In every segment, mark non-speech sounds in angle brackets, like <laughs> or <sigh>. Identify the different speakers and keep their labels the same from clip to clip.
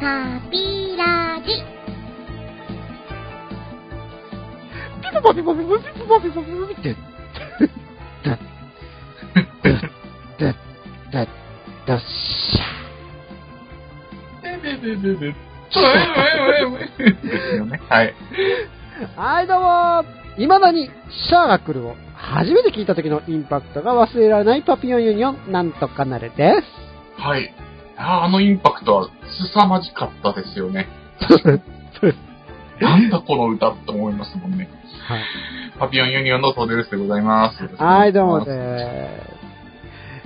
Speaker 1: ハッピーラジ。
Speaker 2: ピポパピポピポピポパピポピポピって。だ、だ、だ、だ、だっし
Speaker 3: ですよね。 <laughs> はい。
Speaker 2: ゃ。はい、どうもいまだに、シャーが来るを初めて聞いた時のインパクトが忘れられないパピオンユニオン、なんとかなれで
Speaker 3: はい。あーあのインパクトは凄まじかったですよね。なんだこの歌って思いますもんね。
Speaker 2: す。はい。
Speaker 3: パピオンユニオンのソーデルスでございます。
Speaker 2: はい、どうもで
Speaker 3: です。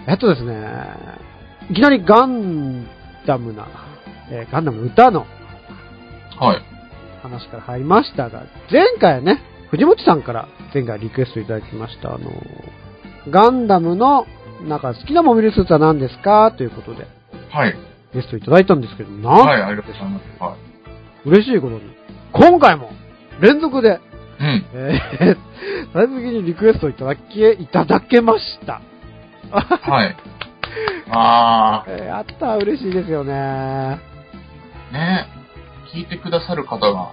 Speaker 2: す。えっとですね、いきなりガンダムな、えーガンダムの歌の
Speaker 3: はい。
Speaker 2: 話から入りましたが、前回ね、藤本さんから前回リクエストいただきました、あの、ガンダムの、なんか好きなモビルスーツは何ですかということで、
Speaker 3: はい。
Speaker 2: リクエストいただいたんですけど、な、
Speaker 3: はい、ありがとうございます。はい。
Speaker 2: 嬉しいことに、今回も連続で、
Speaker 3: うん。
Speaker 2: えー、 <laughs> 最終的にリクエストいただけ、いただけました。 <laughs>
Speaker 3: はい。あ
Speaker 2: えーやったー、嬉しいですよね。
Speaker 3: ー、ね聞いてくださる方が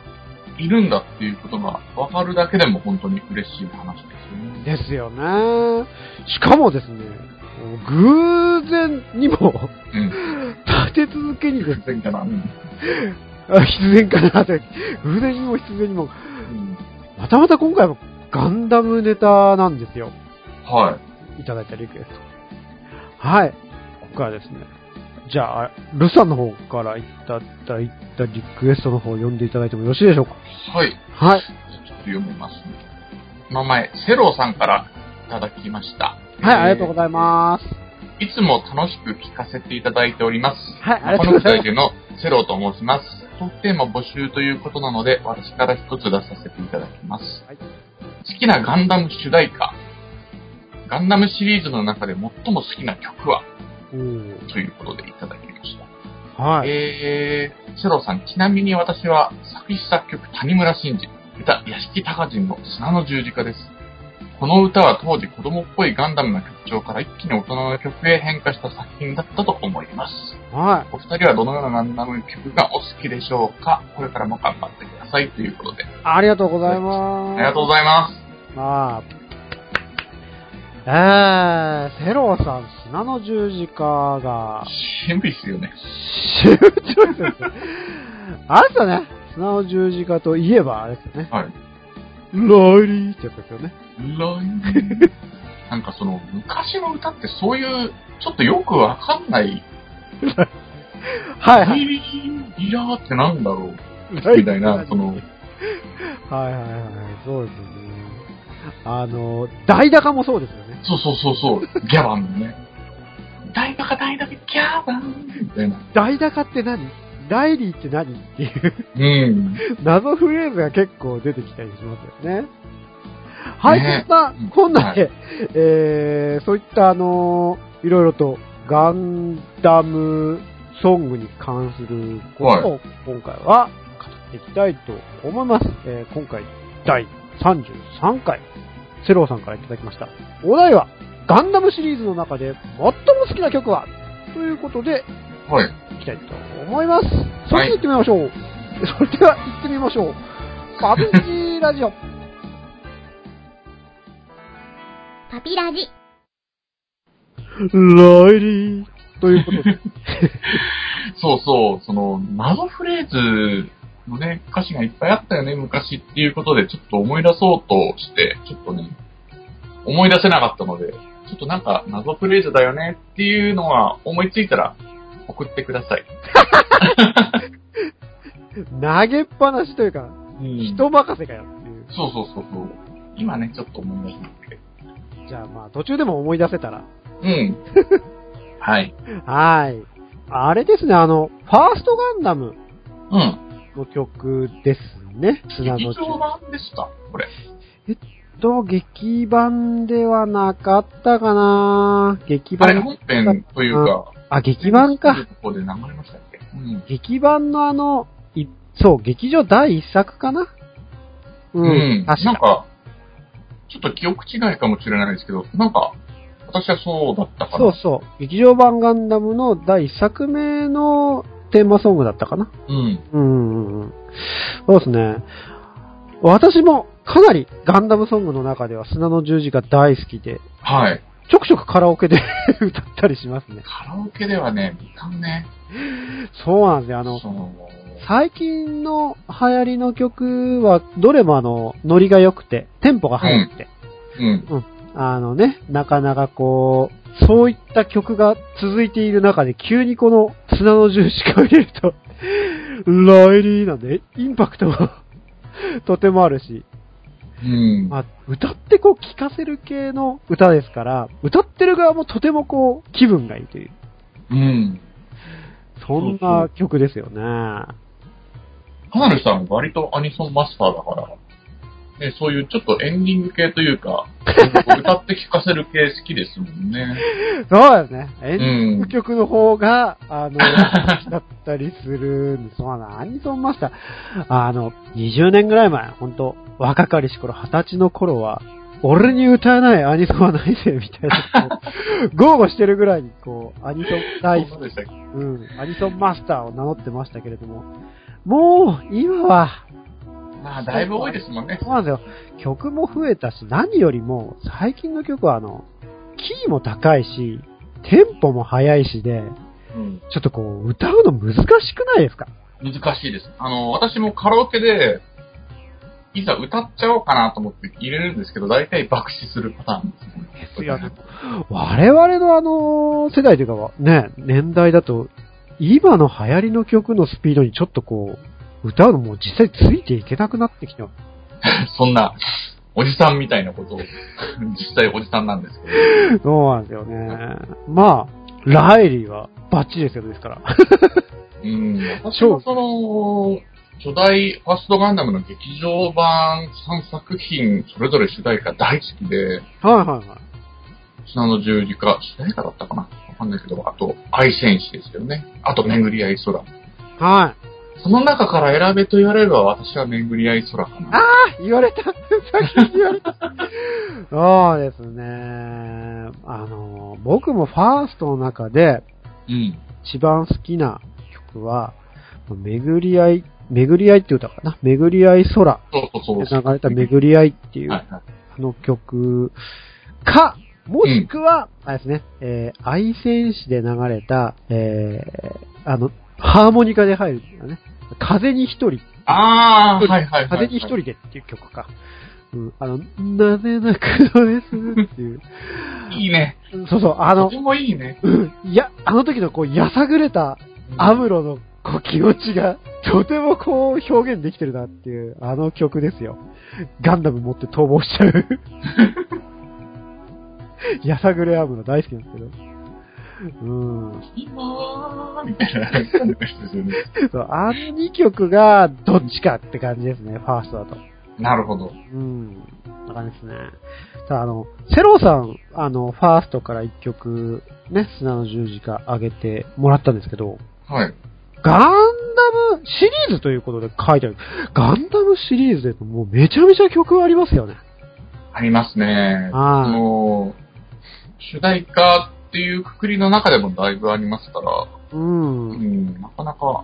Speaker 3: いるんだっていうことが分かるだけでも本当に嬉しい話ですよね。
Speaker 2: ですよね。しかもですね、偶然にも <laughs>
Speaker 3: うん。
Speaker 2: 立て続けにですね、
Speaker 3: 全然かな。うん。
Speaker 2: あ必然かなという、偶然にも必然にも、
Speaker 3: うん
Speaker 2: またまた今回もガンダムネタなんですよ。
Speaker 3: はい。
Speaker 2: いただいたリクエスト。はい。今回はですね、じゃあ、ルさんの方からいただいたリクエストの方を読んでいただいてもよろしいでしょうか。
Speaker 3: はい。
Speaker 2: はい。
Speaker 3: ちょっと読みますね。名前、セローさんからいただきました。
Speaker 2: はい、ありがとうござい
Speaker 3: す。
Speaker 2: ます。
Speaker 3: いつも楽しく聞かせていただいております。
Speaker 2: はいありがとうございます
Speaker 3: 中野区在住のセローと申します。トークテーマ募集ということなので、私から一つ出させていただきます。
Speaker 2: はい
Speaker 3: 好きなガンダム主題歌。ガンダムシリーズの中で最も好きな曲は
Speaker 2: おー
Speaker 3: ということでいただきました。
Speaker 2: はい。
Speaker 3: えー、セローさん、ちなみに私は作詞作曲谷村新司、歌屋敷隆人の砂の十字架です。この歌は当時子供っぽいガンダムの曲調から一気に大人の曲へ変化した作品だったと思います。
Speaker 2: は
Speaker 3: お二人はどのようなガンダム曲がお好きでしょうかこれからも頑張ってくださいということで。
Speaker 2: い。ありがとうございます。
Speaker 3: ありがとうございま
Speaker 2: まあ、えー、セローさん、砂の十字架が、
Speaker 3: す。シンプルですよね。
Speaker 2: <laughs> 集中ですね。あれですよね、砂の十字架といえば、あれですよね、
Speaker 3: はい。
Speaker 2: ローリーってやつですよね。
Speaker 3: ラインなんかその、昔の歌ってそういう、ちょっとよくわかんない、
Speaker 2: はいはい。
Speaker 3: リリリリラーってなんだろうみたいな、その、
Speaker 2: はいはいはい、そうですよね。あの、大高もそうですよね。
Speaker 3: そうそうそうそう、ギャバンの <laughs> ね。大バカ大バカギャバンみたいな。
Speaker 2: 大高って何ライリーって何っていう。
Speaker 3: うん。
Speaker 2: <laughs> 謎フレーズが結構出てきたりしますよね。はい、
Speaker 3: ね
Speaker 2: そんな
Speaker 3: うん、
Speaker 2: こんなで、
Speaker 3: は
Speaker 2: えー、そういったあのーいろいろとガンダムソングに関することを今回は語っていきたいと思います。えー今回第33回、セローさんからいただきました。お題は、ガンダムシリーズの中で最も好きな曲はということで、
Speaker 3: はい。
Speaker 2: いきたいと思います。それでは行ってみましょう。それでは行ってみましょう。パビンジラジオ。
Speaker 1: パピラジ。
Speaker 2: ライリー。ということで。
Speaker 3: そうそう、その、謎フレーズのね、歌詞がいっぱいあったよね、昔っていうことで、ちょっと思い出そうとして、ちょっとね、思い出せなかったので、ちょっとなんか謎フレーズだよねっていうのは思いついたら送ってください。
Speaker 2: 投げっぱなしというか、人任せかよっていう。
Speaker 3: そうそうそうそう。今ね、ちょっと思い出しなくて。
Speaker 2: じゃあまあ途中でも思い出せたら。
Speaker 3: <laughs> うん。はい。
Speaker 2: はい。あれですね、あの、ファーストガンダム
Speaker 3: うん。
Speaker 2: の曲ですね。砂の
Speaker 3: 劇
Speaker 2: 中
Speaker 3: 場版でした、これ。
Speaker 2: と劇版ではなかったかな劇
Speaker 3: あれ、
Speaker 2: 版。
Speaker 3: 本編というか、
Speaker 2: あ、劇版か。
Speaker 3: ここで流れましたっけうん。
Speaker 2: 劇版のあの、いそう、劇場第一作かなうん、
Speaker 3: うん。なん
Speaker 2: 確か。
Speaker 3: か、ちょっと記憶違いかもしれないですけど、なんか、私はそうだったか
Speaker 2: そう
Speaker 3: ら。
Speaker 2: そう。劇場版ガンダムの第一作目のテーマソングだったかな。
Speaker 3: うん。
Speaker 2: うんうんうん。そうですね。私もかなりガンダムソングの中では砂の十字が大好きで、
Speaker 3: はい。
Speaker 2: ちょくちょくカラオケで <laughs> 歌ったりしますね。
Speaker 3: カラオケではね、見かんね。
Speaker 2: そうなんですよ。あの、
Speaker 3: その、
Speaker 2: 最近の流行りの曲は、どれもあの、ノリが良くて、テンポが速くて、
Speaker 3: うん。
Speaker 2: あのね、なかなかこう、そういった曲が続いている中で、急にこの砂の十字架を入れると、 <laughs> ライリーなんで、インパクトが <laughs> とてもあるし、
Speaker 3: うん。
Speaker 2: まあ、歌ってこう聴かせる系の歌ですから、歌ってる側もとてもこう、気分がいいという、
Speaker 3: うん。
Speaker 2: そん
Speaker 3: そうそ
Speaker 2: な
Speaker 3: う
Speaker 2: 曲ですよね。
Speaker 3: 花火さん割とアニソンマスターだから、ね、そういうちょっとエンディング系とい
Speaker 2: <laughs>
Speaker 3: うか、歌って聴かせる系好きですもんね。
Speaker 2: そうですね。エ
Speaker 3: う
Speaker 2: ンディング <laughs>
Speaker 3: ん。
Speaker 2: 曲の方が、あの、だったりするんです。そうなのアニソンマスター。あの、20年ぐらい前、ほんと、若かりし頃、二十歳の頃は、俺に歌えないアニソンはないぜ、みたいな、こう豪語してるぐらいに、こう、アニソン大好
Speaker 3: そうでしたっけ
Speaker 2: き、うん、アニソンマスターを名乗ってましたけれども、もう、今は、
Speaker 3: まあ、だいぶ多いですもんね。
Speaker 2: そうなんですよ。曲も増えたし、何よりも、最近の曲は、あの、キーも高いし、テンポも速いしで、
Speaker 3: うん。
Speaker 2: ちょっとこう、歌うの難しくないですか
Speaker 3: 難しいです。あの、私もカラオケで、いざ歌っちゃおうかなと思って入れるんですけど、大体爆死するパターンですね。
Speaker 2: いや、我々のあの、世代というか、ね、年代だと、今の流行りの曲のスピードにちょっとこう、歌うのもう実際ついていけなくなってきてます。
Speaker 3: <laughs> そんな、おじさんみたいなことを、実際おじさんなんですけど。
Speaker 2: そうなんですよね。まあ、ライリーはバッチリですよ、ですから。
Speaker 3: うん。私もその、巨大ファーストガンダムの劇場版3作品、それぞれ主題歌大好きで、
Speaker 2: はいはいはい。
Speaker 3: 砂の十字架、主題歌だったかなわかんないけど、あと、愛戦士ですよね。あと、巡り合い空。
Speaker 2: は
Speaker 3: その中から選べと言われれば、私は巡り合い空かな。
Speaker 2: い。言われた。さっき言われた。そうですね。あの、僕もファーストの中で、
Speaker 3: うん。
Speaker 2: 一番好きな曲は、巡り合い、巡り合いって歌かな。巡り合い空
Speaker 3: そうそうそう。
Speaker 2: で流れた巡り合いっていう、
Speaker 3: はい
Speaker 2: あ
Speaker 3: はい。
Speaker 2: の曲か、もしくは、あれですね、えー、愛戦士で流れた、えー、あの、ハーモニカで入るんだよね。風に一人、
Speaker 3: ああ、はいはいはい。
Speaker 2: 風に一人でっていう曲か。うん、あの、なぜ泣くのですっていう。
Speaker 3: <laughs> いいね。
Speaker 2: そうそう、あ
Speaker 3: と
Speaker 2: の
Speaker 3: て、もいいね。
Speaker 2: うんいや、あの時のこう、やさぐれたアムロのこう気持ちが、とてもこう表現できてるなっていう、あの曲ですよ。ガンダム持って逃亡しちゃ <laughs> う。やさぐれアムロ大好きなんですけど。うん。
Speaker 3: 今ーみたいな感じですよね。
Speaker 2: そう、あの2曲がどっちかって感じですね、ファーストだと。
Speaker 3: <laughs> なるほど。
Speaker 2: うん。な感じですね。ただあの、セローさん、あの、ファーストから1曲、ね、砂の十字架上げてもらったんですけど、
Speaker 3: はい。
Speaker 2: ガンダムシリーズということで書いてある。ガンダムシリーズでもうめちゃめちゃ曲ありますよね。
Speaker 3: ありますね。
Speaker 2: はい
Speaker 3: あの主題歌っていうくくりの中でもだいぶありますから、
Speaker 2: う。
Speaker 3: うんん、なかなか、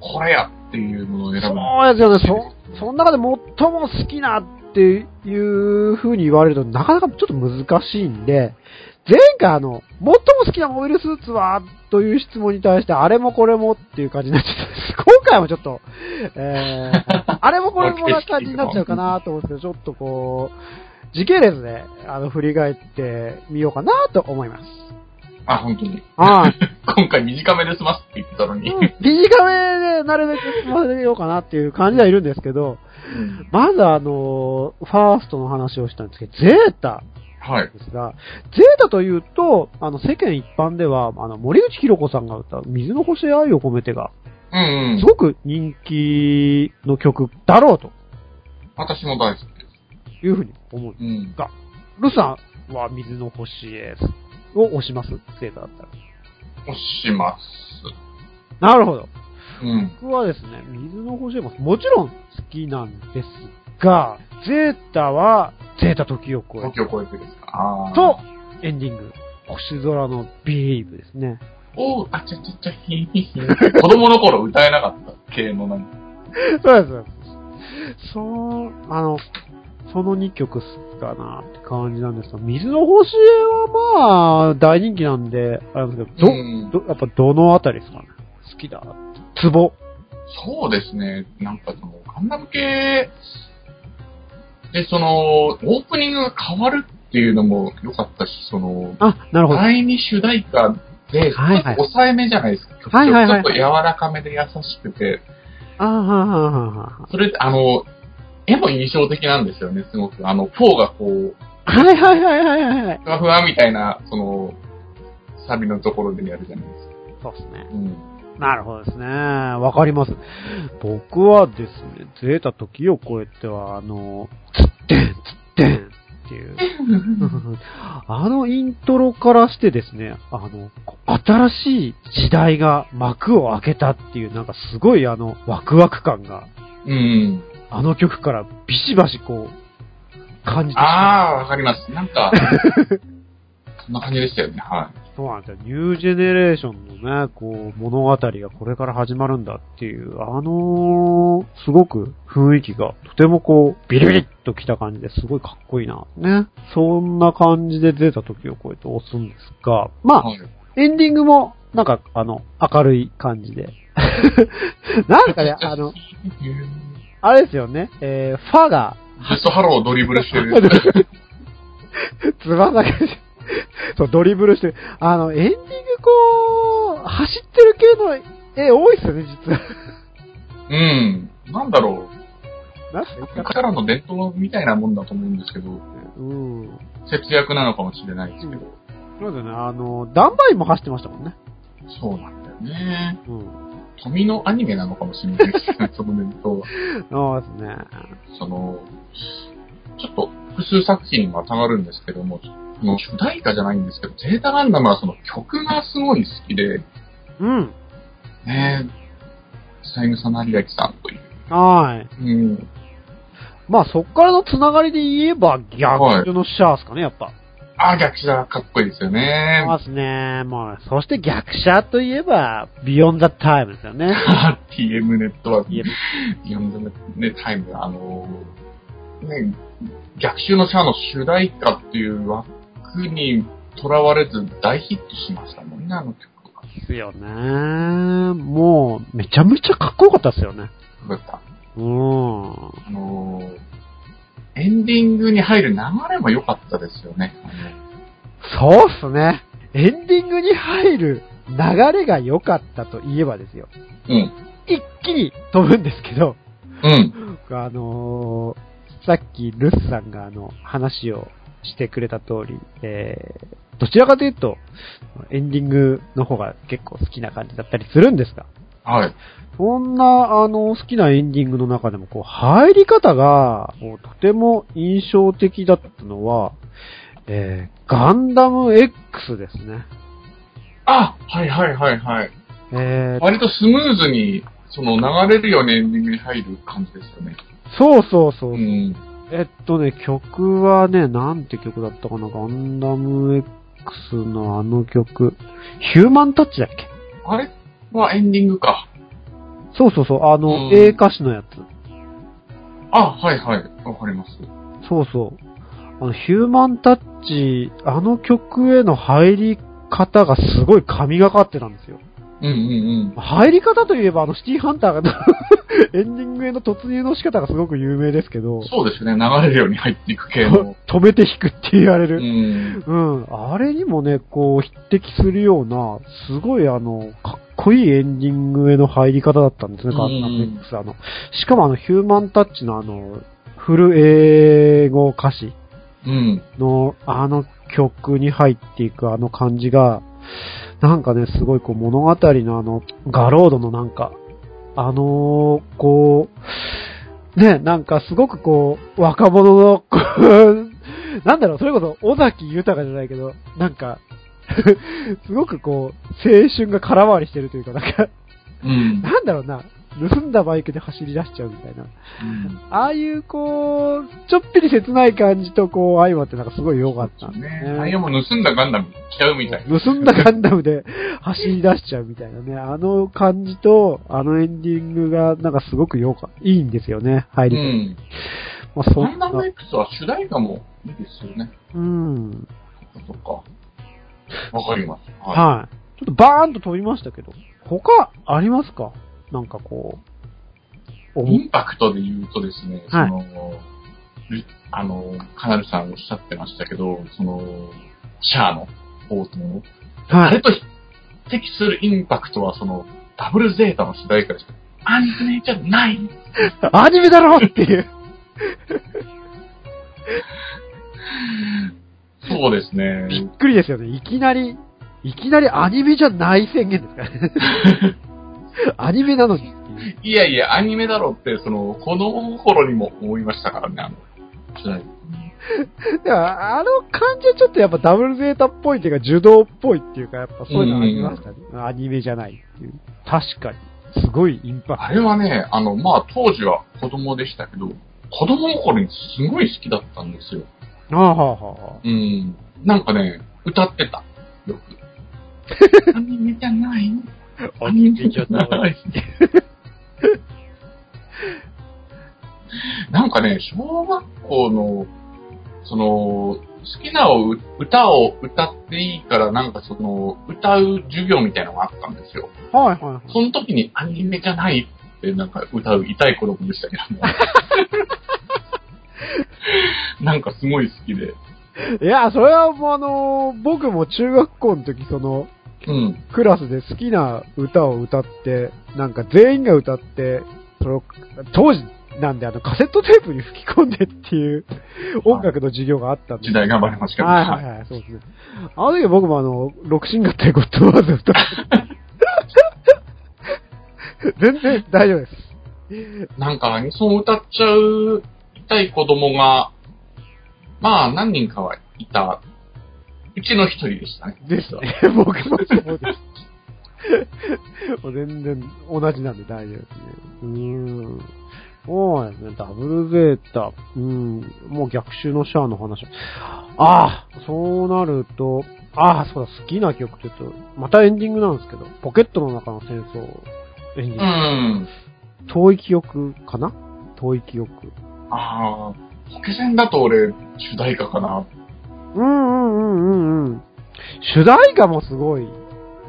Speaker 3: これやっていうものを
Speaker 2: そ
Speaker 3: 選ぶ。
Speaker 2: うですよね。そ、その中で最も好きなっていう風に言われるとなかなかちょっと難しいんで、前回あの、最も好きなモビルスーツはという質問に対して、あれもこれもっていう感じになっちゃった。 <laughs> 今回もちょっと、えー、あれもこれもな感じになっちゃうかなと思うんですけど、ちょっとこう、時系列で、あの、振り返ってみようかなと思います。
Speaker 3: <laughs> あ、本当に。
Speaker 2: はい。
Speaker 3: 今回短めで済ますって言ってたのに。
Speaker 2: うん短めでなるべく済ませようかなっていう感じはいるんですけど、まずあの、ファーストの話をしたんですけど、ゼータ
Speaker 3: <laughs> はい。
Speaker 2: ですが、ゼータというと、あの、世間一般では、あの、森口博子さんが歌う、水の星へ愛を込めてが、
Speaker 3: うんうん
Speaker 2: す。ごく人気の曲だろうと
Speaker 3: 私も大好きです。
Speaker 2: いうふうに思う。
Speaker 3: うん。
Speaker 2: ルさんは水の星へを押しますゼータだったら。
Speaker 3: 押します。
Speaker 2: なるほど。
Speaker 3: うん。
Speaker 2: 僕はですね、水の星も、もちろん好きなんですが、ゼータは、ゼータ時を超え
Speaker 3: 時を超えてですか。あー
Speaker 2: と、エンディング、星空のビリーブですね。
Speaker 3: おう、あちゃちゃちゃ、ひんひんひん。 <laughs> 子供の頃歌えなかった系のなんか。
Speaker 2: そうですそうです。そう、あの、その2曲っすかなって感じなんですが、水の星はまあ、大人気なんで、あれなんですけど、
Speaker 3: うん
Speaker 2: ど、ど、やっぱどのあたりですかね好きだ。ツボ。
Speaker 3: そうですね。なんかその、ガンダム系で、その、オープニングが変わるっていうのも良かったし、その、
Speaker 2: あ、なるほど。
Speaker 3: 第二主題歌で、ちょ
Speaker 2: はいはい
Speaker 3: っと抑えめじゃないですか。曲調
Speaker 2: はいはいはい
Speaker 3: ちょっと柔らかめで優しくて、
Speaker 2: あはははは
Speaker 3: それってあの、絵も印象的なんですよね、すごく。あの、フォーがこう、
Speaker 2: はいはいはいはいはいはい。
Speaker 3: ふわふわみたいな、その、サビのところでやるじゃないです
Speaker 2: そ
Speaker 3: か。
Speaker 2: うですね。
Speaker 3: うん。
Speaker 2: なるほどですね。わかります。僕はですね、ずれた時を超えては、あの、つってん、つってんって <laughs> いう。あのイントロからしてですね、あの、こ新しい時代が幕を開けたっていう、なんかすごいあの、ワクワク感が、
Speaker 3: うん。
Speaker 2: あの曲からビシバシこう、感じてしまう。
Speaker 3: ああ、わかります。な
Speaker 2: <laughs>
Speaker 3: んか、そんな感じでしたよね、は
Speaker 2: そうなんですよ。ニュージェネレーションのね、こう、物語がこれから始まるんだっていう、あのーすごく雰囲気がとてもこう、ビリビリっときた感じですごいかっこいいな。ね。そんな感じで出た時をこうやって押すんですが、まあ、
Speaker 3: い。
Speaker 2: エンディングも、なんか、あの、明るい感じで。 <laughs> なんかね、あの、あれですよね、えー、ファが、
Speaker 3: ずっとハローをドリブルしてる。
Speaker 2: <laughs> つばさけ、そう、ドリブルしてる。あの、エンディングこう、走ってる系の絵多いっすよね、実は。 <laughs>
Speaker 3: うん。なんだろ
Speaker 2: なんか言っ
Speaker 3: う。
Speaker 2: た
Speaker 3: 昔
Speaker 2: か
Speaker 3: からの伝統みたいなもんだと思うんですけど、
Speaker 2: うん。
Speaker 3: 節約なのかもしれないですけど。
Speaker 2: そうですよね、あの、ダンバインも走ってましたもんね。
Speaker 3: そうなんだよね。
Speaker 2: うん。
Speaker 3: 富のアニメなのかもしれないですね、その伝統は。
Speaker 2: そうですね。
Speaker 3: その、ちょっと複数作品にまたがるんですけども、もう主題歌じゃないんですけど、ゼータガンダムはその曲がすごい好きで、
Speaker 2: うん。
Speaker 3: ねえ、三枝成明さんという。
Speaker 2: はい。
Speaker 3: うん。
Speaker 2: まあ、そっからのつながりで言えば、逆襲のシャアっすかね、やっぱ。
Speaker 3: あ、逆者かっこいいですよね。
Speaker 2: そうですね。もう、そして逆者といえば、ビヨンザタイムですよね。
Speaker 3: TM ネットワーク、
Speaker 2: いえ
Speaker 3: 4ね、タイムが、あのーね、逆襲のシャアの主題歌っていう枠にとらわれず大ヒットしましたもんね、あの曲が。
Speaker 2: ですよね。もう、めちゃめちゃかっこよかったですよね。
Speaker 3: どうだった
Speaker 2: うん。
Speaker 3: あのーエンディングに入る流れも良かったですよね。
Speaker 2: そうっすね。エンディングに入る流れが良かったといえばですよ。
Speaker 3: うん。
Speaker 2: 一気に飛ぶんですけど、
Speaker 3: うん。
Speaker 2: あのーさっきルスさんがあの、話をしてくれた通り、えー、どちらかというと、エンディングの方が結構好きな感じだったりするんですが、
Speaker 3: はい。
Speaker 2: そんな、あの、好きなエンディングの中でも、こう、入り方が、もうとても印象的だったのは、えー、ガンダム X ですね。
Speaker 3: あはいはいはいはい。
Speaker 2: えー、
Speaker 3: 割とスムーズに、その流れるようにエンディングに入る感じですよね。
Speaker 2: そうそうそう。
Speaker 3: うん。
Speaker 2: えっとね、曲はね、なんて曲だったかな、ガンダム X のあの曲、ヒューマンタッチだっけ
Speaker 3: あれはエンディングか。
Speaker 2: そうそうそう、あ
Speaker 3: う
Speaker 2: の、
Speaker 3: ん
Speaker 2: 英歌詞のやつ。
Speaker 3: あはいはい。わかります。
Speaker 2: そうそう。あの、ヒューマンタッチ、あの曲への入り方がすごい神がかってたんですよ。
Speaker 3: うんうん
Speaker 2: 入り方といえば、あの、シティハンターが、 <laughs> エンディングへの突入の仕方がすごく有名ですけ
Speaker 3: う
Speaker 2: ど
Speaker 3: ん。、そうですね。流れるように入っていく系の。 <laughs>
Speaker 2: 止めて弾くって言われ
Speaker 3: う
Speaker 2: る。
Speaker 3: ん。
Speaker 2: うん。あれにもね、こう、匹敵するような、すごいあの、かっこいいエンディングへの入り方だったんですね、
Speaker 3: うん
Speaker 2: ガンダム X。あの、しかもあの、ヒューマンタッチのあの、フル英語歌詞
Speaker 3: うん。
Speaker 2: の、あの曲に入っていくあの感じが、なんかね、すごいこう物語のあの、ガロードのなんか、あのーこう、ね、なんかすごくこう、若者の、 <laughs> こうなんだろう、それこそ尾崎豊じゃないけど、なんか、 <laughs> すごくこう、青春が空回りしてるというか、なんか、
Speaker 3: うん。
Speaker 2: なんだろうな、盗んだバイクで走り出しちゃうみたいな。
Speaker 3: うん
Speaker 2: ああいう、こう、ちょっぴり切ない感じと、こう、相まってなんかすごい良かったんだ
Speaker 3: ね
Speaker 2: よね。
Speaker 3: タイヤも盗んだガンダム着ちゃうみたいな。
Speaker 2: 盗んだガンダムで走り出しちゃうみたいなね。あの感じと、あのエンディングが、なんかすごく良かいいんですよね、入
Speaker 3: う
Speaker 2: りが。
Speaker 3: ん。
Speaker 2: まあ、そ
Speaker 3: ダイ
Speaker 2: ん
Speaker 3: ナ
Speaker 2: な
Speaker 3: ミ。ックスは主題歌もいいですよね。
Speaker 2: うん。
Speaker 3: そっか。わかります。は
Speaker 2: はい。ちょっとバーンと飛びましたけど、他、ありますかなんかこう、
Speaker 3: い。イ
Speaker 2: 思
Speaker 3: ンパクトで言うとですね、
Speaker 2: はい
Speaker 3: その、ルあの、カナルさんおっしゃってましたけど、その、シャアの冒頭の、
Speaker 2: う。は
Speaker 3: あれ
Speaker 2: い。
Speaker 3: と匹敵するインパクトは、その、ダブルゼータの主題歌でした。アニメじゃない
Speaker 2: アニメだろっていう。
Speaker 3: そうです
Speaker 2: び <laughs> っ
Speaker 3: ね。
Speaker 2: くりですよね。いきなり、いきなりアニメじゃない宣言ですからね。 <laughs> アニメなのにっていう。
Speaker 3: いやいや、アニメだろって、その、子供心にも思いましたからね、あの、主題歌
Speaker 2: でもあの感じはちょっとやっぱダブルゼータっぽいっていうか、受動っぽいっていうか、やっぱそういうのありましたね。アニメじゃないっていう。確かに。すごいインパ
Speaker 3: あれはね、あの、まあ、当時は子供でしたけど、子供の頃にすごい好きだったんですよ。
Speaker 2: クト。ああ、はあ、は
Speaker 3: うん。なんかね、歌ってた。よく。アニメじゃない
Speaker 2: あ。
Speaker 3: アニメじゃない。なんかね、小学校の、その、好きなお歌を歌っていいから、なんかその、歌う授業みたいなのがあったんですよ。
Speaker 2: はいはいはい。
Speaker 3: その時にアニメじゃないってなんか歌う痛い子供でしたけ <laughs> ども。なんかすごい好きで。
Speaker 2: いや、それはもうあのー僕も中学校の時、その、
Speaker 3: うん。
Speaker 2: クラスで好きな歌を歌って、なんか全員が歌って、それを、当時なんであのカセットテープに吹き込んでっていう音楽の授業があったんです
Speaker 3: 時代頑張りましたけど。
Speaker 2: はいはいはい、そうですね。あの時は僕もあの、六神合体ゴッドワーズ歌って。全然大丈夫です。
Speaker 3: なんかアニソン歌っちゃう痛い子供が、まあ何人かはいた。うちの一人でしたね。
Speaker 2: ですね。僕もそうです。 <laughs> もう全然同じなんで大丈夫ですね。うーん。そうですね。ダブルゼータ。うん。もう逆襲のシャアの話。ああ、そうなると、ああ、そうだ、好きな曲って言うと、またエンディングなんですけど、ポケットの中の戦争、エンディング。
Speaker 3: うん。
Speaker 2: 遠い記憶かな遠い記憶。
Speaker 3: ああ、ポケセンだと俺、主題歌かな。
Speaker 2: うんうんうんうんうん。主題歌もすごい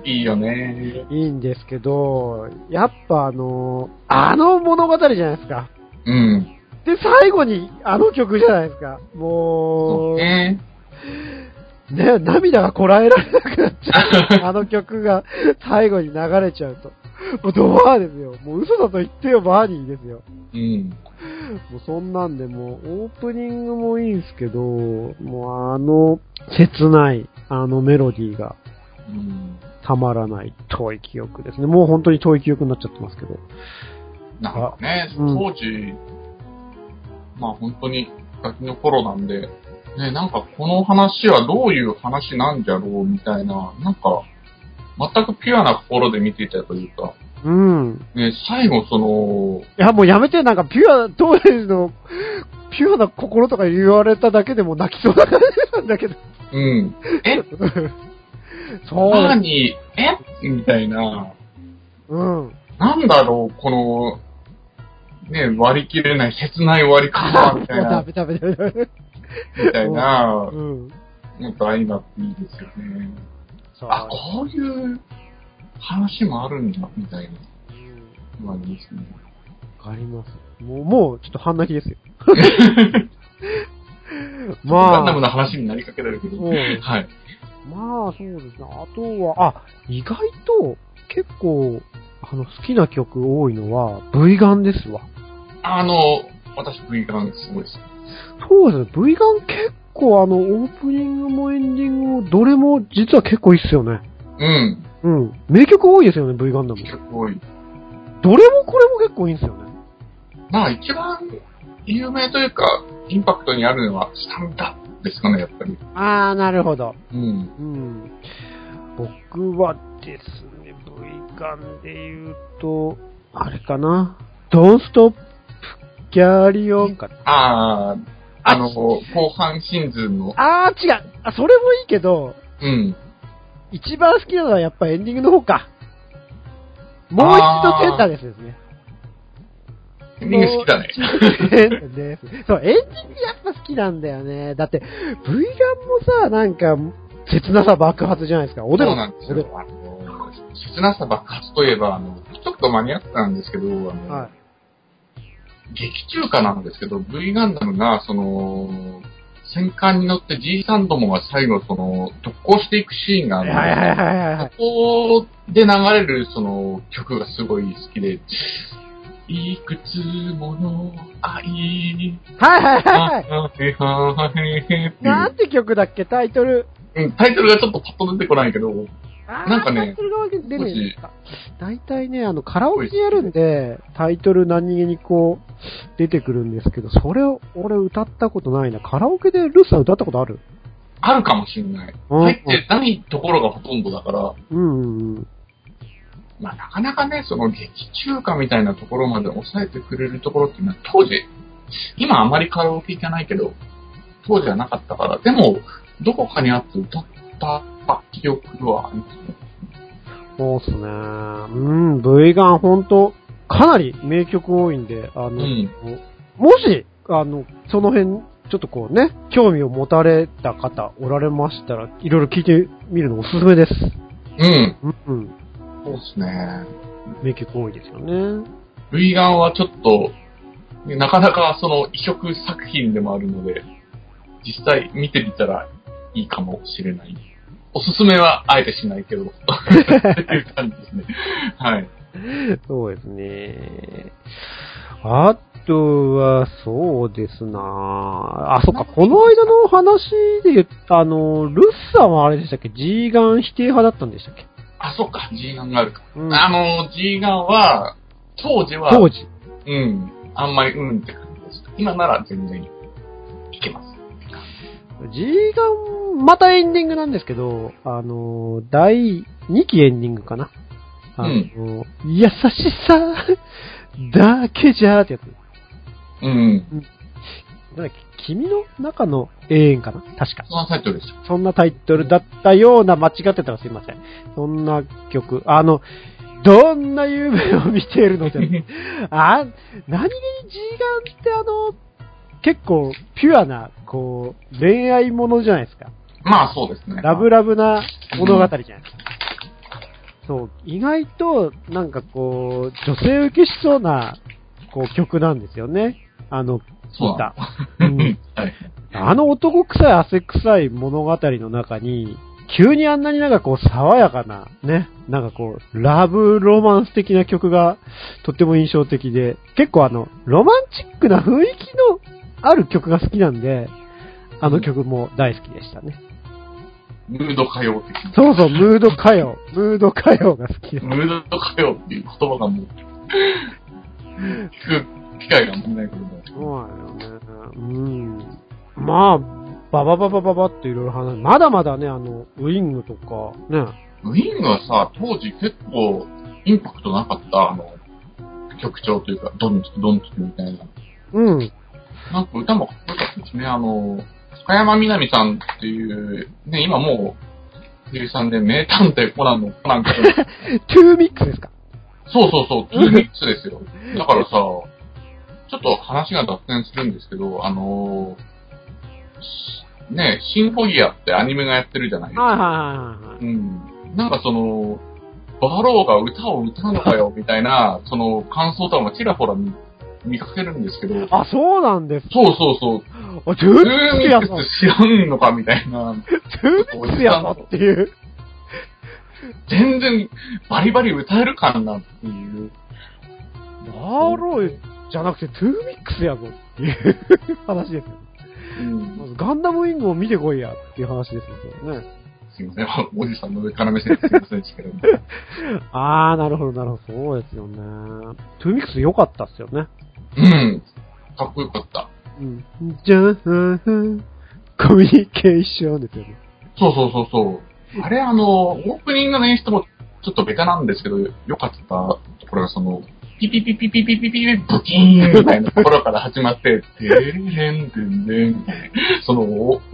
Speaker 3: いいよね。
Speaker 2: いいんですけど、やっぱあの、あの物語じゃないですか。
Speaker 3: うん。
Speaker 2: で、最後にあの曲じゃないですか。
Speaker 3: そ
Speaker 2: もう、
Speaker 3: <laughs> う
Speaker 2: ね、
Speaker 3: ね。
Speaker 2: 涙がこらえられなくなっちゃう。あの曲が最後に流れちゃうと。もうドバーですよ。もう嘘だと言ってよ、バーニーですよ。
Speaker 3: うん。
Speaker 2: もうそんなんでもう、オープニングもいいんすけど、もうあの、切ない、あのメロディーが
Speaker 3: うん
Speaker 2: たまらない遠い記憶ですね。もう本当に遠い記憶になっちゃってますけど。
Speaker 3: なんかね、
Speaker 2: うん
Speaker 3: 当時、まあ本当にガキの頃なんで、ね、なんかこの話はどういう話なんじゃろうみたいな、なんか、全くピュアな心で見ていたというか、
Speaker 2: うん。
Speaker 3: ね、最後その、
Speaker 2: いや、もうやめて、なんかピュア、当時の、ピュアな心とか言われただけでもう泣きそうな感じなんだけど。 <laughs>
Speaker 3: うん、え、
Speaker 2: そう
Speaker 3: バー
Speaker 2: です。
Speaker 3: ニー、えみたいな、
Speaker 2: うん。
Speaker 3: なんだろう、この、ね、割り切れない切ない終わり
Speaker 2: ああ、
Speaker 3: 方
Speaker 2: もう
Speaker 3: みたい
Speaker 2: ダ <laughs>
Speaker 3: な、
Speaker 2: メダメダメダメ。
Speaker 3: みたいな
Speaker 2: う、ん。
Speaker 3: なんか相まっていいですよね。
Speaker 2: そう
Speaker 3: あ、こういう話もあるんだ、みたいな。
Speaker 2: うん
Speaker 3: まあいいですね。
Speaker 2: わかります。もう、もう、ちょっと半泣きですよ。
Speaker 3: ガン
Speaker 2: <laughs> ま
Speaker 3: ダム
Speaker 2: あ、
Speaker 3: の話になりかけられるけど。
Speaker 2: そう
Speaker 3: はい。
Speaker 2: まあ、そうですね。あとは、あ、意外と、結構、あの、好きな曲多いのは、V ガンですわ。
Speaker 3: あの、私、V ガンすごいです。
Speaker 2: そうですね。V ガン結構、あの、オープニングもエンディングも、どれも、実は結構いいっすよね。
Speaker 3: うん。
Speaker 2: うん。名曲多いですよね、V ガンダム。
Speaker 3: 結構いい。
Speaker 2: どれもこれも結構いいんですよね。
Speaker 3: まあ一番有名というか、インパクトにあるのは、スタンダですかね、やっぱり。
Speaker 2: あー、なるほど。
Speaker 3: うん。
Speaker 2: うん。僕はですね、V ガンで言うと、あれかな。Don't stop, carry on かな。
Speaker 3: あー、あの、後半シーズンの、
Speaker 2: あー、違う。あ、それもいいけど、
Speaker 3: うん。
Speaker 2: 一番好きなのはやっぱエンディングの方か。もう一度テンダーですですね。
Speaker 3: エンディング好きだね。
Speaker 2: です <laughs> そう、エンディングやっぱ好きなんだよね。だって、V ガンもさ、なんか、切なさ爆発じゃないですか。おで
Speaker 3: <laughs> そ
Speaker 2: ろ
Speaker 3: うなんです
Speaker 2: おで
Speaker 3: よ。あの、切なさ爆発といえば、あの、ちょっとマニアックなんですけど、あの、
Speaker 2: ろはい。
Speaker 3: 劇中歌なんですけど、V ガンダムが、その、戦艦に乗って G サンドモが最後、その、特攻していくシーンがあ
Speaker 2: はい
Speaker 3: る
Speaker 2: はいはいはいはい。
Speaker 3: ここで流れるその曲がすごい好きで、いくつもの愛、
Speaker 2: はいはいはいはい。
Speaker 3: はへはへへってい
Speaker 2: なんて曲だっけタイトル。
Speaker 3: う、うん、タイトルがちょっとパッと出てこないけど、うん、
Speaker 2: あー
Speaker 3: なんかね
Speaker 2: タイトルがわけ出ねえんだ大体ね、あの、カラオケやるんで、タイトル何気にこう、出てくるんですけど、それを俺歌ったことないな。カラオケでルースさん歌ったことある
Speaker 3: あるかもしれない。
Speaker 2: うん
Speaker 3: 入ってないところがほとんどだから、
Speaker 2: うんうんうん。
Speaker 3: まあなかなかね、その劇中歌みたいなところまで抑えてくれるところっていうのは当時、今あまりカラオケ行かないけど、当時はなかったから、でも、どこかにあって歌った記憶はありますね。
Speaker 2: そうっすね。うん、V ガンほんと、かなり名曲多いんで、あの、
Speaker 3: うん
Speaker 2: もし、あの、その辺、ちょっとこうね、興味を持たれた方おられましたら、いろいろ聞いてみるのおすすめです。
Speaker 3: うん。
Speaker 2: うん、うん。
Speaker 3: そうですね。
Speaker 2: 名曲多いですよね。
Speaker 3: V ガンはちょっと、なかなかその異色作品でもあるので、実際見てみたらいいかもしれない。おすすめはあえてしない <laughs> けど、っていう感じですね。はい。
Speaker 2: そうですね。あとは、そうですなあ、そっか、この間の話で言った、あの、ルッサンはあれでしたっけ ?G ガン否定派だったんでしたっけ
Speaker 3: あ、そっか、G ガンがあるか。
Speaker 2: うん
Speaker 3: あの、G ガンは、当時は、
Speaker 2: 当時。
Speaker 3: うん、あんまりうんって感じでした。今なら全然いけます。
Speaker 2: G ガン、またエンディングなんですけど、あの、第2期エンディングかな。あの、優しさ <laughs> だけじゃーってやつ。
Speaker 3: うん。
Speaker 2: なんだっけ君の中の永遠かな確か。
Speaker 3: そのタイトルでした。
Speaker 2: そんなタイトルだったような、間違ってたらすいません。そんな曲。あの、どんな夢を見ているのじゃあ、何気に G ガンってあの、結構ピュアな、こう、恋愛ものじゃないですか。
Speaker 3: まあそうですね。
Speaker 2: ラブラブな物語じゃないですか。そう、意外と、なんかこう、女性受けしそうな、こう、曲なんですよね。あの、聞
Speaker 3: そう
Speaker 2: い
Speaker 3: な
Speaker 2: た。
Speaker 3: うん <laughs> はい。
Speaker 2: あの男臭い汗臭い物語の中に、急にあんなになんかこう爽やかな、ね、なんかこう、ラブロマンス的な曲がとっても印象的で、結構あの、ロマンチックな雰囲気のある曲が好きなんで、あの曲も大好きでしたね。
Speaker 3: ムード歌謡的な。
Speaker 2: そうそう、ムード歌謡、ムード歌謡が好きで
Speaker 3: ムードかよっていう言葉がもう、聞く機会がもうないことで。
Speaker 2: そうなんだよね。うん。まあ、ババババババっていろいろ話、まだまだね、あの、ウイングとか、ね、
Speaker 3: ウィングはさ、当時結構インパクトなかった、あの、曲調というか、ドンツクドンツクみたいな。
Speaker 2: うん、
Speaker 3: なんか歌もかっこよかったですね。あの、高山みなみさんっていう、ね、今もう、藤井さんで名探偵コナンのコナン君。
Speaker 2: トゥーミックスですか
Speaker 3: そうそうそう、トゥーミックスですよ。だからさ、ちょっと話が脱線するんですけど、あのーしね、シンフォギアってアニメがやってるじゃないですか。
Speaker 2: はいはいはいはいは
Speaker 3: う
Speaker 2: い。
Speaker 3: ん。なんかその、バローが歌を歌うのかよ、みたいな、その感想とかもちらほら見見かけるんですけど、
Speaker 2: あ、そうなんです。
Speaker 3: そうそうそう、
Speaker 2: あ、トゥーミックスや
Speaker 3: トゥー
Speaker 2: ぞ
Speaker 3: ミックス知らんのか、みたいな。
Speaker 2: トゥーミックスやぞっていう。
Speaker 3: 全然、バリバリ歌えるかなっていう。
Speaker 2: バローじゃなくてトゥーミックスやぞっていう話ですよ。
Speaker 3: うん
Speaker 2: まずガンダムウィングを見てこいやっていう話ですよそれね。
Speaker 3: すいません、おじさんの上から目線ですいませんでしたけど。
Speaker 2: あー、なるほど、なるほど。そうですよね。トゥーミックス良かったっすよね。
Speaker 3: うん。かっこよかった。
Speaker 2: うん。じゃん、うんうんコミュニケーションですよね。
Speaker 3: そうそうそうそう。あれ、あの、オープニングの演出もちょっとベタなんですけど、よかったところが、その、ピピピピピピピピ、ブキーンみたいなところから始まって、てれれんてんれんみたいな、その、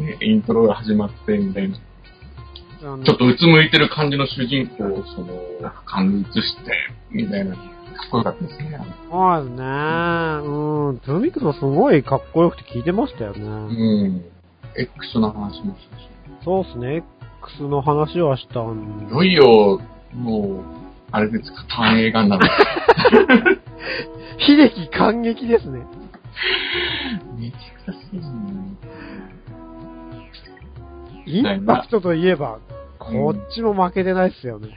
Speaker 3: ね、イントロが始まって、みたいな。
Speaker 2: あの
Speaker 3: ちょっとうつむいてる感じの主人公を、その、感じして、みたいな。かっこよかったですね。
Speaker 2: そうですね。うん。トゥーミックスもすごいかっこよくて聞いてましたよね。
Speaker 3: うん。X の話もしたし。
Speaker 2: そうですね。X の話はしたん
Speaker 3: い
Speaker 2: で。
Speaker 3: よいよ、もう、あれですか、単映画になる。
Speaker 2: 秀樹感激ですね。
Speaker 3: <laughs> めちゃくちゃ好きな
Speaker 2: インパクトといえば、
Speaker 3: の
Speaker 2: こっちも負けてないっすよね。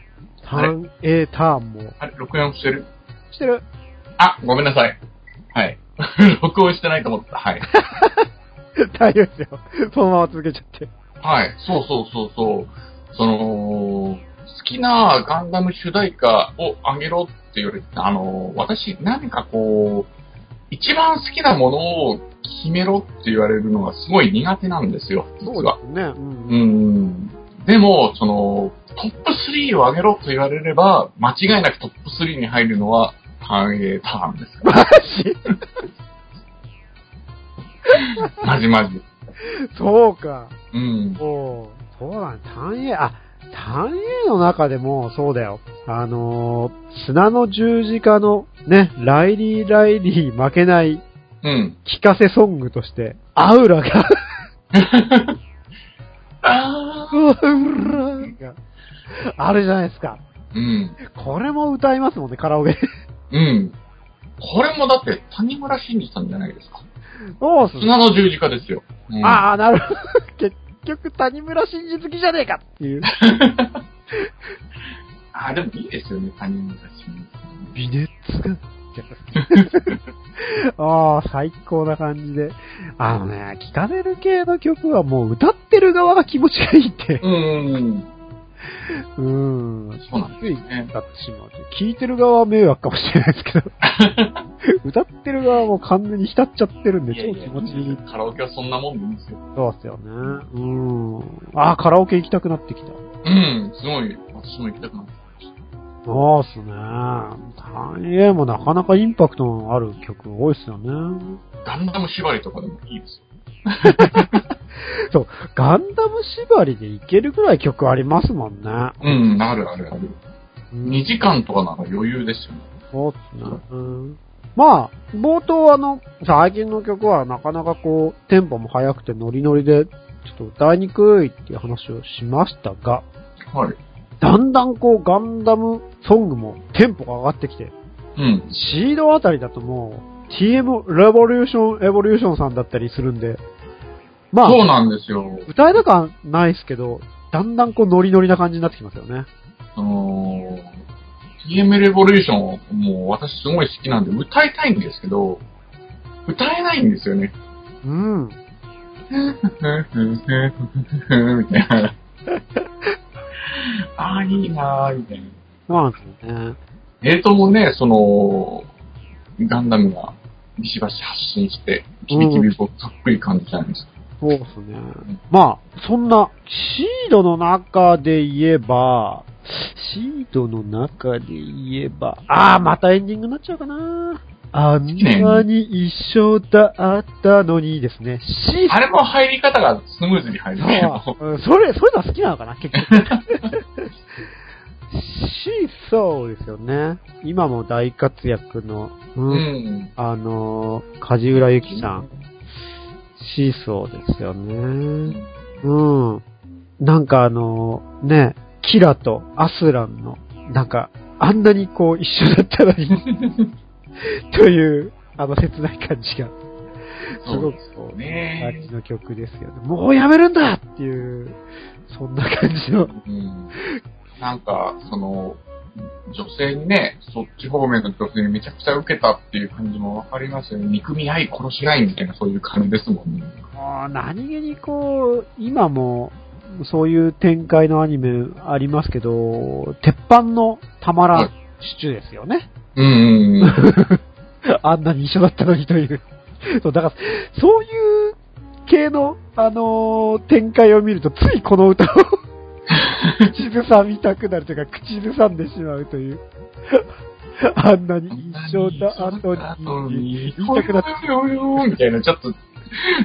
Speaker 2: ターン、A ターンも。
Speaker 3: あれ、録音してる
Speaker 2: してる。 <laughs>
Speaker 3: あ、ごめんなさい。はい。 <laughs> 録音してないと思った。はい。
Speaker 2: 大丈夫ですよ。そのまま続けちゃって。
Speaker 3: はい。そうそうそうそう。その、好きなガンダム主題歌をあげろって言われて、あの、私、何かこう、一番好きなものを決めろって言われるのがすごい苦手なんですよ、実
Speaker 2: そう
Speaker 3: は
Speaker 2: で。すね。うん。
Speaker 3: うん。でも、その、トップ3を上げろと言われれば、間違いなくトップ3に入るのは、ターン A ター
Speaker 2: <laughs>
Speaker 3: ンですか
Speaker 2: マジ
Speaker 3: ら。まじまじ。
Speaker 2: そうか。
Speaker 3: うん。
Speaker 2: おうそうだね。単影、あ、単影の中でも、そうだよ。あのー砂の十字架の、ね、ライリーライリー負けない <laughs>
Speaker 3: うん。
Speaker 2: 聞かせソングとして、アウラが、
Speaker 3: あ
Speaker 2: アウラが、あるじゃないですか。
Speaker 3: ーうん。
Speaker 2: これも歌いますもんね、カラオケ。
Speaker 3: うん。これもだって、谷村新司さんじゃないですか。
Speaker 2: そうっすね
Speaker 3: 砂の十字架ですよ。うん、
Speaker 2: ああ、なるほど。結局、谷村新司好きじゃねえかっていう。
Speaker 3: あー、でもいいですよね、谷村新司さん。
Speaker 2: 微熱が。ああ、最高な感じで。あのね、聴かれる系の曲はもう歌ってる側が気持ちがいいって。
Speaker 3: うん。
Speaker 2: うーん。
Speaker 3: そうなん
Speaker 2: つい歌
Speaker 3: ね
Speaker 2: ってしまう。聴いてる側は迷惑かもしれないです <laughs> けど。歌ってる側はもう完全に浸っちゃってるんで、
Speaker 3: いや
Speaker 2: 超
Speaker 3: いや
Speaker 2: 気持ちいい。
Speaker 3: カラオケはそんなもんでいいんですよ。
Speaker 2: そうっすよね。うーん。ああ、カラオケ行きたくなってきた。
Speaker 3: うん、すごい、私も行きたくなってきました。
Speaker 2: そうっすね。単影もなかなかインパクトのある曲多いっすよね。
Speaker 3: ガンダム縛りとかでもいいですよ。
Speaker 2: ガンダム縛りでいけるぐらい曲ありますもんね。
Speaker 3: うん、あるあるある。
Speaker 2: うん
Speaker 3: 2時間とかなら余裕ですよね。
Speaker 2: そうっすね。うんまあ、冒頭あの、最近の曲はなかなかこう、テンポも速くてノリノリで、ちょっと歌いにくいっていう話をしましたが、
Speaker 3: はい。
Speaker 2: だんだんこう、ガンダムソングもテンポが上がってきて、
Speaker 3: うん。
Speaker 2: シードあたりだともう、TM レボリューション、エボリューションさんだったりするんで、まあ、
Speaker 3: そうなんですよ。
Speaker 2: 歌えなくはないですけど、だんだんこうノリノリな感じになってきますよね。
Speaker 3: あのー、TM レボリューション、もう私すごい好きなんで歌いたいんですけど、歌えないんですよね。
Speaker 2: うん。
Speaker 3: みたいな。 <laughs> ああ、いいなーみたいな。
Speaker 2: そうなんですよね。
Speaker 3: えーともね、その、ガンダムがビシバシ発信して、キビキビこうかっこいい感じじゃないですか。
Speaker 2: そうですね。まあ、そんな、シードの中で言えば、シードの中で言えば、ああ、またエンディングになっちゃうかな。あんなに一緒だったのにですね。シー
Speaker 3: あれも入り方がスムーズに入るけど。
Speaker 2: ドうんそれ、そういうのは好きなのかな、結局。 <laughs> シーソーですよね。今も大活躍の、うん
Speaker 3: うん。
Speaker 2: あのー、梶浦由紀さん、シーソーですよ
Speaker 3: う
Speaker 2: ね。
Speaker 3: ん
Speaker 2: うん。なんかあのー、ね、キラとアスランの、なんか、あんなにこう一緒だったのに、 <laughs> という、あの切ない感じが、すごくこう、感
Speaker 3: ね
Speaker 2: じの曲ですよね。もうやめるんだっていう、そんな感じの。
Speaker 3: うん。なんか、その、女性にね、そっち方面の女性にめちゃくちゃ受けたっていう感じもわかりますよね。憎み合い、殺し合いみたいなそういう感じですもんね。
Speaker 2: もう何気にこう、今も、そういう展開のアニメありますけど、鉄板のたまら
Speaker 3: は
Speaker 2: ん
Speaker 3: い
Speaker 2: シチューですよね。
Speaker 3: うんうんうん。
Speaker 2: あんなに一緒だったのにという。そう、だから、そういう系の、あのー展開を見ると、ついこの歌を、口ずさみたくなるというか、口ずさんでしまうという。あんなに一生と後に。
Speaker 3: に、言いたくなってよよみたいな、ちょっと、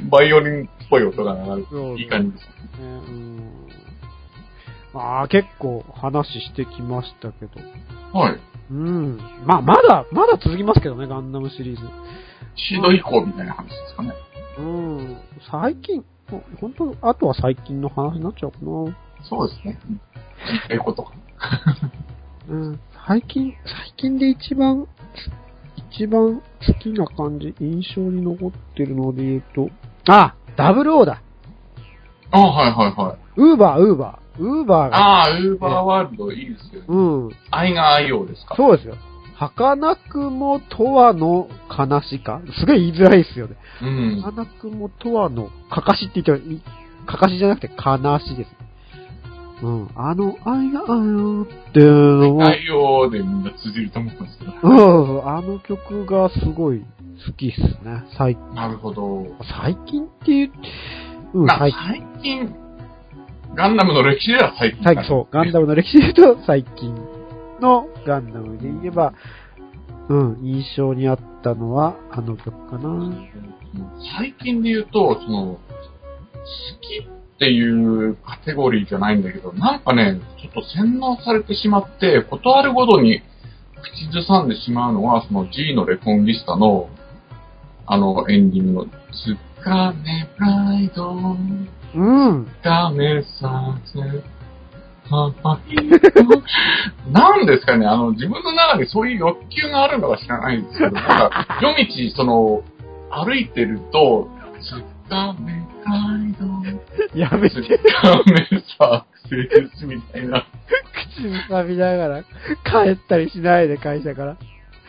Speaker 3: バイオリンっぽい音が流
Speaker 2: そう
Speaker 3: れて、いい感じです。
Speaker 2: ねうんまあ、結構話してきましたけど。
Speaker 3: はい。
Speaker 2: うん。まあ、まだ、まだ続きますけどね、ガンダムシリーズ。
Speaker 3: シード以降みたいな話ですかね。
Speaker 2: うん。最近、本当あとは最近の話になっちゃうかな。
Speaker 3: そうですね。うんそういうことか。
Speaker 2: うん。最近、最近で一番、一番好きな感じ、印象に残ってるので言うと、あ、ダブルオーだ。
Speaker 3: あはいはいはい。
Speaker 2: ウーバー、ウーバー。ウーバーが、
Speaker 3: ああ、ウーバーワールドいいですよね。
Speaker 2: うん。
Speaker 3: 愛が愛用ですか
Speaker 2: そうですよ。儚くもとはの悲しか。すごい言いづらいですよね。
Speaker 3: う。うん。
Speaker 2: 儚くもとはの、かかしって言ってもいい、かかしじゃなくて悲しいです。うん。あの愛があるっていうのも、
Speaker 3: 愛用でみんな通じると思うんですけど。
Speaker 2: うん。あの曲がすごい好きっすね。最、
Speaker 3: なるほど。
Speaker 2: 最近っていう、うん、
Speaker 3: まあ
Speaker 2: 最近。
Speaker 3: 最近、ガンダムの歴史では最近。
Speaker 2: 最近、そう。ガンダムの歴史で言うと、最近のガンダムで言えば、うん、印象にあったのは、あの曲かな。
Speaker 3: 最近で言うと、その、好きっていうカテゴリーじゃないんだけど、なんかね、ちょっと洗脳されてしまって、ことあるごとに口ずさんでしまうのは、その G のレコンギスタの、あの、エンディングの、つかめプライド、
Speaker 2: うん。
Speaker 3: ダメさせ、ははなんですかね、あの、自分の中にそういう欲求があるのか知らないんですけど、なんか、夜道、その、歩いてると、つかめ街道、
Speaker 2: やめて、
Speaker 3: つかめサークスみたいな、
Speaker 2: 口ずさみながら、帰ったりしないで、会社から。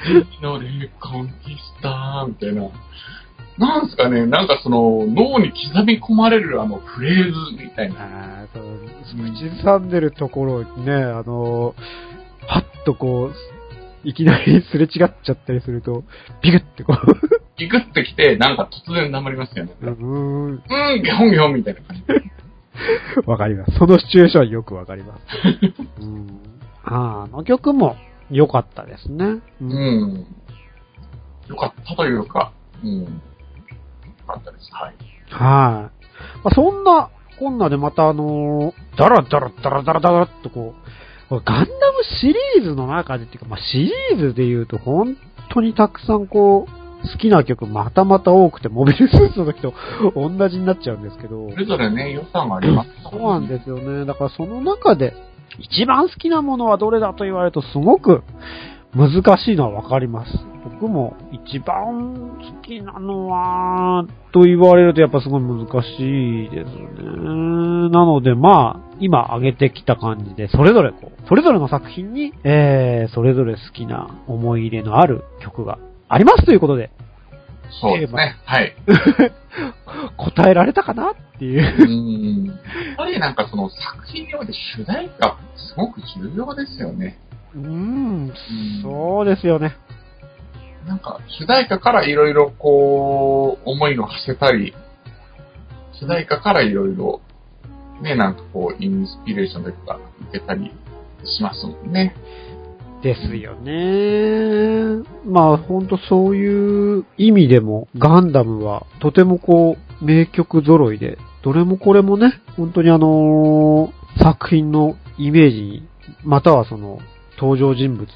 Speaker 3: 敵のレコンキスターみたいな。なんですかね、なんかその、脳に刻み込まれるあのフレーズみたいな。
Speaker 2: ああ、そう、口ずさんでるところにね、あの、パッとこう、いきなりすれ違っちゃったりすると、ビクってこ
Speaker 3: ギクってきて、なんか突然黙りますよね。
Speaker 2: う、うーん、
Speaker 3: うん、ギョンギョンみたいな感じ。
Speaker 2: わかります。そのシチュエーションはよくわかり <laughs> ます。うん。あーあの曲も良かったですね。う
Speaker 3: う。ん。よかったというか、うん。よかったです。はい。
Speaker 2: はい。まあ、そんな、こんなでまたあのー、ダラダラダラダラダラっとこう、ガンダムシリーズの中でっていうか、まあ、シリーズで言うと本当にたくさんこう、好きな曲またまた多くて、モビルスーツの時と同じになっちゃうんですけど
Speaker 3: そ、れぞれね、予算がありますから
Speaker 2: そうなんですよね。だからその中で、一番好きなものはどれだと言われるとすごく難しいのはわかります。僕も一番好きなのは、と言われるとやっぱすごい難しいですね。なのでまあ、今挙げてきた感じで、それぞれこう、それぞれの作品に、えー、それぞれ好きな思い入れのある曲がありますということで、
Speaker 3: そうですね。はい。
Speaker 2: 答えられたかなっていう
Speaker 3: う。ん。やっぱりなんかその作品において主題歌、すごく重要ですよね。
Speaker 2: うーん、そうですよね。
Speaker 3: なんか、主題歌からいろいろこう、思いを馳せたり、主題歌からいろいろ、ね、なんかこう、インスピレーションというか、受けたりしますもんね。
Speaker 2: ですよね。まあ、ほんとそういう意味でも、ガンダムはとてもこう、名曲揃いで、どれもこれもね、本当にあのー作品のイメージに、またはその、登場人物、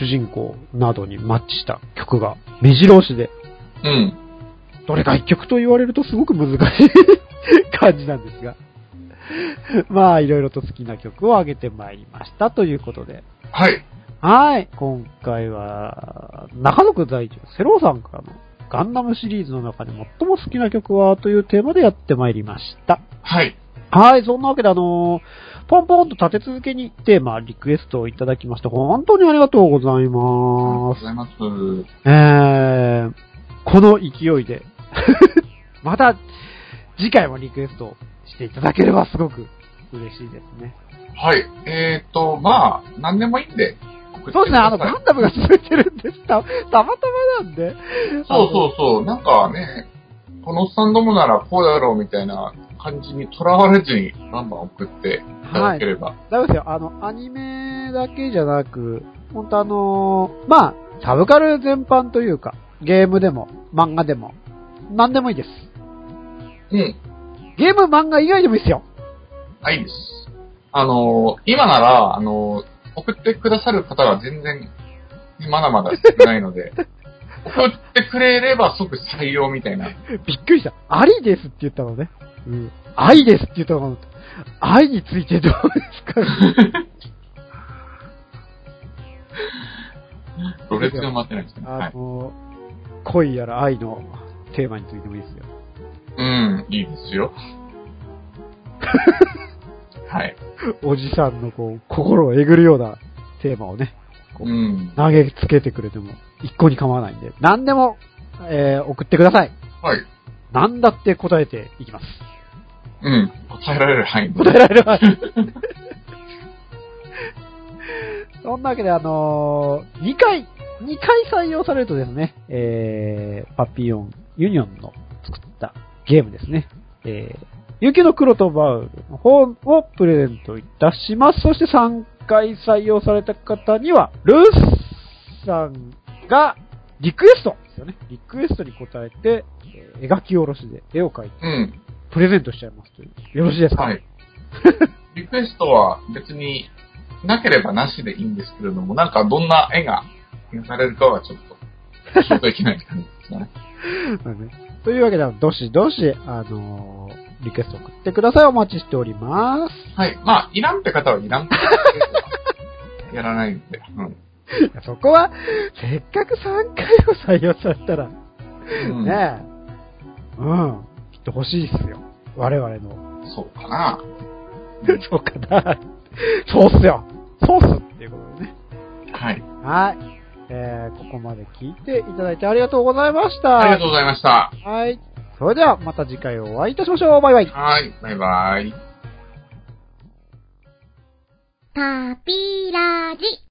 Speaker 2: 主人公などにマッチした曲が、目白押しで、
Speaker 3: うん。
Speaker 2: どれか一曲と言われるとすごく難しい <laughs> 感じなんですが。まあ、いろいろと好きな曲を挙げてまいりましたということで。
Speaker 3: はい。
Speaker 2: はい。今回は、中野区在住、セローさんからのガンダムシリーズの中で最も好きな曲はというテーマでやってまいりました。
Speaker 3: はい。
Speaker 2: はい。そんなわけで、あのーポンポンと立て続けにテーマ、リクエストをいただきまして、本当にありがとうござい
Speaker 3: ありがとう
Speaker 2: ま
Speaker 3: ご
Speaker 2: す。
Speaker 3: ざいます。
Speaker 2: えー、この勢いで、 <laughs> また次回もリクエストしていただければすごく嬉しいですね。
Speaker 3: はい。えっ、ー、と、まあ、何でもいいんで、送って
Speaker 2: そうですね、あの、
Speaker 3: ください
Speaker 2: ガンダムが続いてるんです。た、たまたまなんで。
Speaker 3: そうそうそう。なんかね、このスタンドもならこうだろうみたいな感じにとらわれずにバンバン送っていただければ。
Speaker 2: ダメですよ。あの、アニメだけじゃなく、本当あのーまあ、サブカル全般というか、ゲームでも、漫画でも、何でもいいです。
Speaker 3: うん。
Speaker 2: ゲーム、漫画以外でもいいですよ。
Speaker 3: はいです。あのー今なら、あのー送ってくださる方は全然、まだまだ少ないの
Speaker 2: <laughs>
Speaker 3: で、送ってくれれば即採用みたいな。
Speaker 2: びっくりした。ありですって言ったのね。うん。愛ですって言ったのかなと愛についてどうですか
Speaker 3: <laughs> ロレツが待ってないですね。 <laughs> は
Speaker 2: あ
Speaker 3: い。
Speaker 2: の、恋やら愛のテーマについてもいいですよ。
Speaker 3: うん、いいです
Speaker 2: <laughs>
Speaker 3: よ。はい。
Speaker 2: おじさんのこう、心をえぐるようなテーマをね、
Speaker 3: うん。
Speaker 2: 投げつけてくれても、一向に構わないんで、何でも、えー、送ってください。
Speaker 3: はい。
Speaker 2: 何だって答えていきます。
Speaker 3: うん。答えられる範囲で
Speaker 2: 答えられるわ。 <laughs> そんなわけで、あのー、2回、2回採用されるとですね、えー、パピオン、ユニオンの作ったゲームですね、えー、雪の黒とバウルの方をプレゼントいたします。そして3回採用された方には、ルースさんがリクエストですよね。リクエストに答えて、えー描き下ろしで絵を描いて
Speaker 3: うん。
Speaker 2: プレゼントしちゃいますという。よろしいですか
Speaker 3: はい。リクエストは別になければなしでいいんですけれども、なんかどんな絵が描かれるかはちょっと、ちょっといけない感じです
Speaker 2: <laughs>
Speaker 3: ね。
Speaker 2: まあねというわけで、どしどし、あのーリクエスト送ってください。お待ちしております。
Speaker 3: はい。まあ、いらんって方はいらんって方はやらないんで。うん。
Speaker 2: いやそこは、せっかく3回を採用されたら、
Speaker 3: うん、
Speaker 2: <laughs> ねえ、うん、きっと欲しいっすよ。我々の。
Speaker 3: そうかな。
Speaker 2: <laughs> そうかな。そうっすよ。そうっすっていうことでね。
Speaker 3: はい。
Speaker 2: はい。えー、ここまで聞いていただいてありがとうございまし
Speaker 3: ありが
Speaker 2: た。
Speaker 3: とうございました。
Speaker 2: はい。それでは、また次回お会いいたしましょう。バイバイ。
Speaker 3: はい。バイバイ。
Speaker 1: パピラジ。